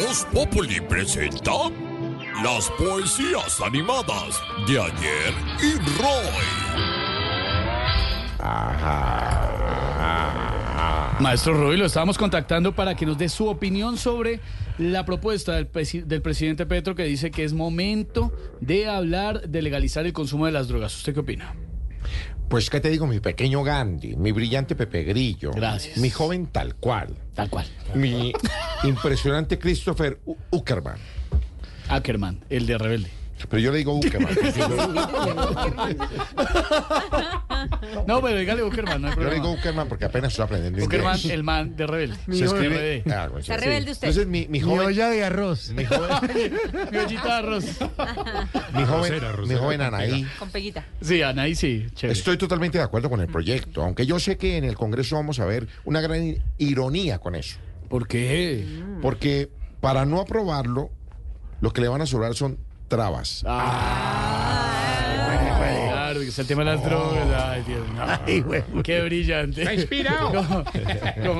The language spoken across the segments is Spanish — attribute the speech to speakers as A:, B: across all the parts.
A: Voz Populi presenta las poesías animadas de ayer y Roy.
B: Maestro Roy, lo estábamos contactando para que nos dé su opinión sobre la propuesta del, presi- del presidente Petro que dice que es momento de hablar de legalizar el consumo de las drogas. ¿Usted qué opina?
C: Pues, ¿qué te digo? Mi pequeño Gandhi, mi brillante Pepe Grillo.
B: Gracias.
C: Mi joven tal cual.
B: Tal cual.
C: Mi impresionante Christopher U- Uckerman.
B: Ackerman, el de Rebelde.
C: Pero yo le digo Uckerman.
B: No, pero dígale Ackerman, no hay
C: Yo le
B: problema.
C: digo Uckerman porque apenas estoy aprendiendo
B: Uckerman,
C: inglés.
B: el man de Rebelde.
C: Se escribe...
B: RBD.
C: Ah, bueno, sí.
D: Está rebelde usted.
C: Entonces, mi, mi joven...
E: de arroz.
C: Mi joven,
B: Mi ollita de arroz.
C: mi joven,
A: Rosera,
C: mi
A: Rosera,
C: joven Anaí.
D: Con peguita.
B: Sí, Anaí sí, chévere.
C: Estoy totalmente de acuerdo con el proyecto, aunque yo sé que en el Congreso vamos a ver una gran ironía con eso.
B: ¿Por qué?
D: Mm.
C: Porque para no aprobarlo, lo que le van a sobrar son trabas.
B: Claro, que es el tema de las drogas. Ay, Dios mío. Qué brillante. Está inspirado.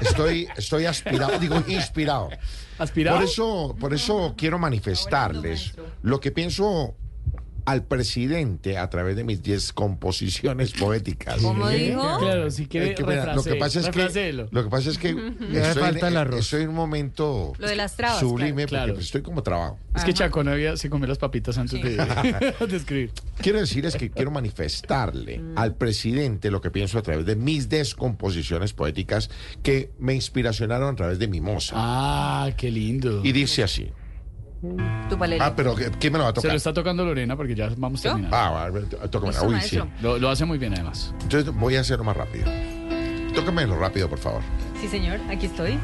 C: Estoy, estoy aspirado, digo inspirado.
B: ¿Aspirado?
C: Por eso, por eso quiero manifestarles lo que pienso al presidente a través de mis 10 composiciones poéticas.
D: ¿Cómo dijo?
B: Claro, si quiere,
C: Es que, mira, Eh, lo que pasa es que
B: refraselo.
C: lo que pasa es que estoy,
E: falta el
C: en, e-,
E: arroz.
C: estoy en un momento
D: Lo de las trabas,
B: claro.
C: sublime porque
B: Claro.
C: pues, estoy como trabado.
B: Es que Chaco no había, se comió las papitas antes de, de escribir.
C: Quiero decirles que quiero manifestarle
D: Mm.
C: al presidente lo que pienso a través de mis descomposiciones poéticas que me inspiracionaron a través de Mimosa.
B: Ah, qué lindo.
C: Y dice así.
D: Tu palera.
C: Ah, pero ¿qué- ¿quién me lo va a
B: se
C: tocar?
B: lo está tocando Lorena porque ya vamos
D: ¿Yo?
B: terminando.
C: Ah, bueno, tó- tócamela.
D: Eso,
C: Uy, sí.
D: maestro.
B: Lo, lo hace muy bien además.
C: Entonces voy a hacerlo más rápido. Tócamelo rápido, por favor.
D: Sí, señor. Aquí estoy.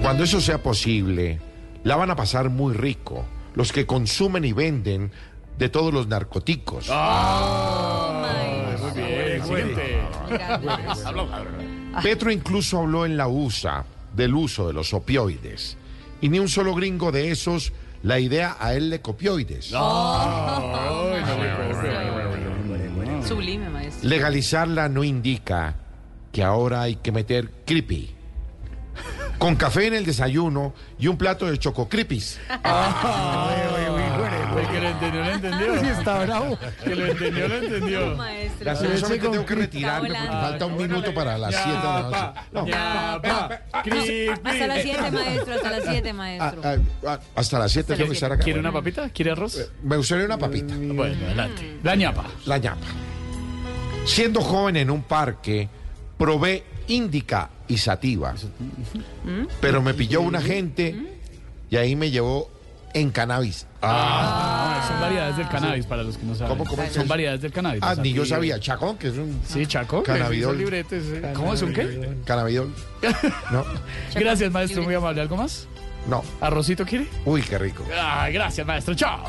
C: Cuando eso sea posible, la van a pasar muy rico. Los que consumen y venden de todos los narcóticos.
B: Ah.
C: Ah,
B: Muy bien,
D: Mira,
C: Petro incluso habló en la USA del uso de los opioides. Y ni un solo gringo de esos, la idea a él le copioides.
D: Sublime, maestro.
C: Legalizarla no indica que ahora hay que meter creepy. Con café en el desayuno y un plato de choco creepies.
B: Ah, El que lo entendió, lo entendió. Que lo entendió, lo entendió.
D: Maestro.
C: Lastimosamente tengo que retirarme porque
D: Está
C: falta un minuto para las 7 de la noche. No,
B: Ya, va.
D: Hasta las
B: Creepy.
D: 7, maestro. Hasta las 7,
C: ah,
D: maestro.
C: ah, ah, hasta las 7 tengo que estar acá.
B: ¿Quiere una
C: Bueno, Eh,
B: papita? ¿Quiere arroz?
C: Me gustaría una papita.
B: Bueno,
D: Mm.
B: adelante. La ñapa.
C: La ñapa. Siendo joven en un parque, probé índica y sativa. Pero me pilló una gente y ahí me llevó en cannabis. Ah,
B: son variedades del cannabis para los que no saben.
C: ¿Cómo, cómo es
B: son
C: eso?
B: variedades del cannabis.
C: ah,
B: O sea,
C: ni yo
B: que-
C: sabía. Chacón, que es un
B: Sí, Chaco. que
C: Cannabidol.
B: hizo libretes, eh. ¿Cómo es un qué?
C: cannabidol. No,
B: Gracias, maestro. Muy amable. ¿Algo más?
C: no.
B: ¿Arrocito quiere?
C: Uy, qué rico.
B: Ah, gracias, maestro. Chao.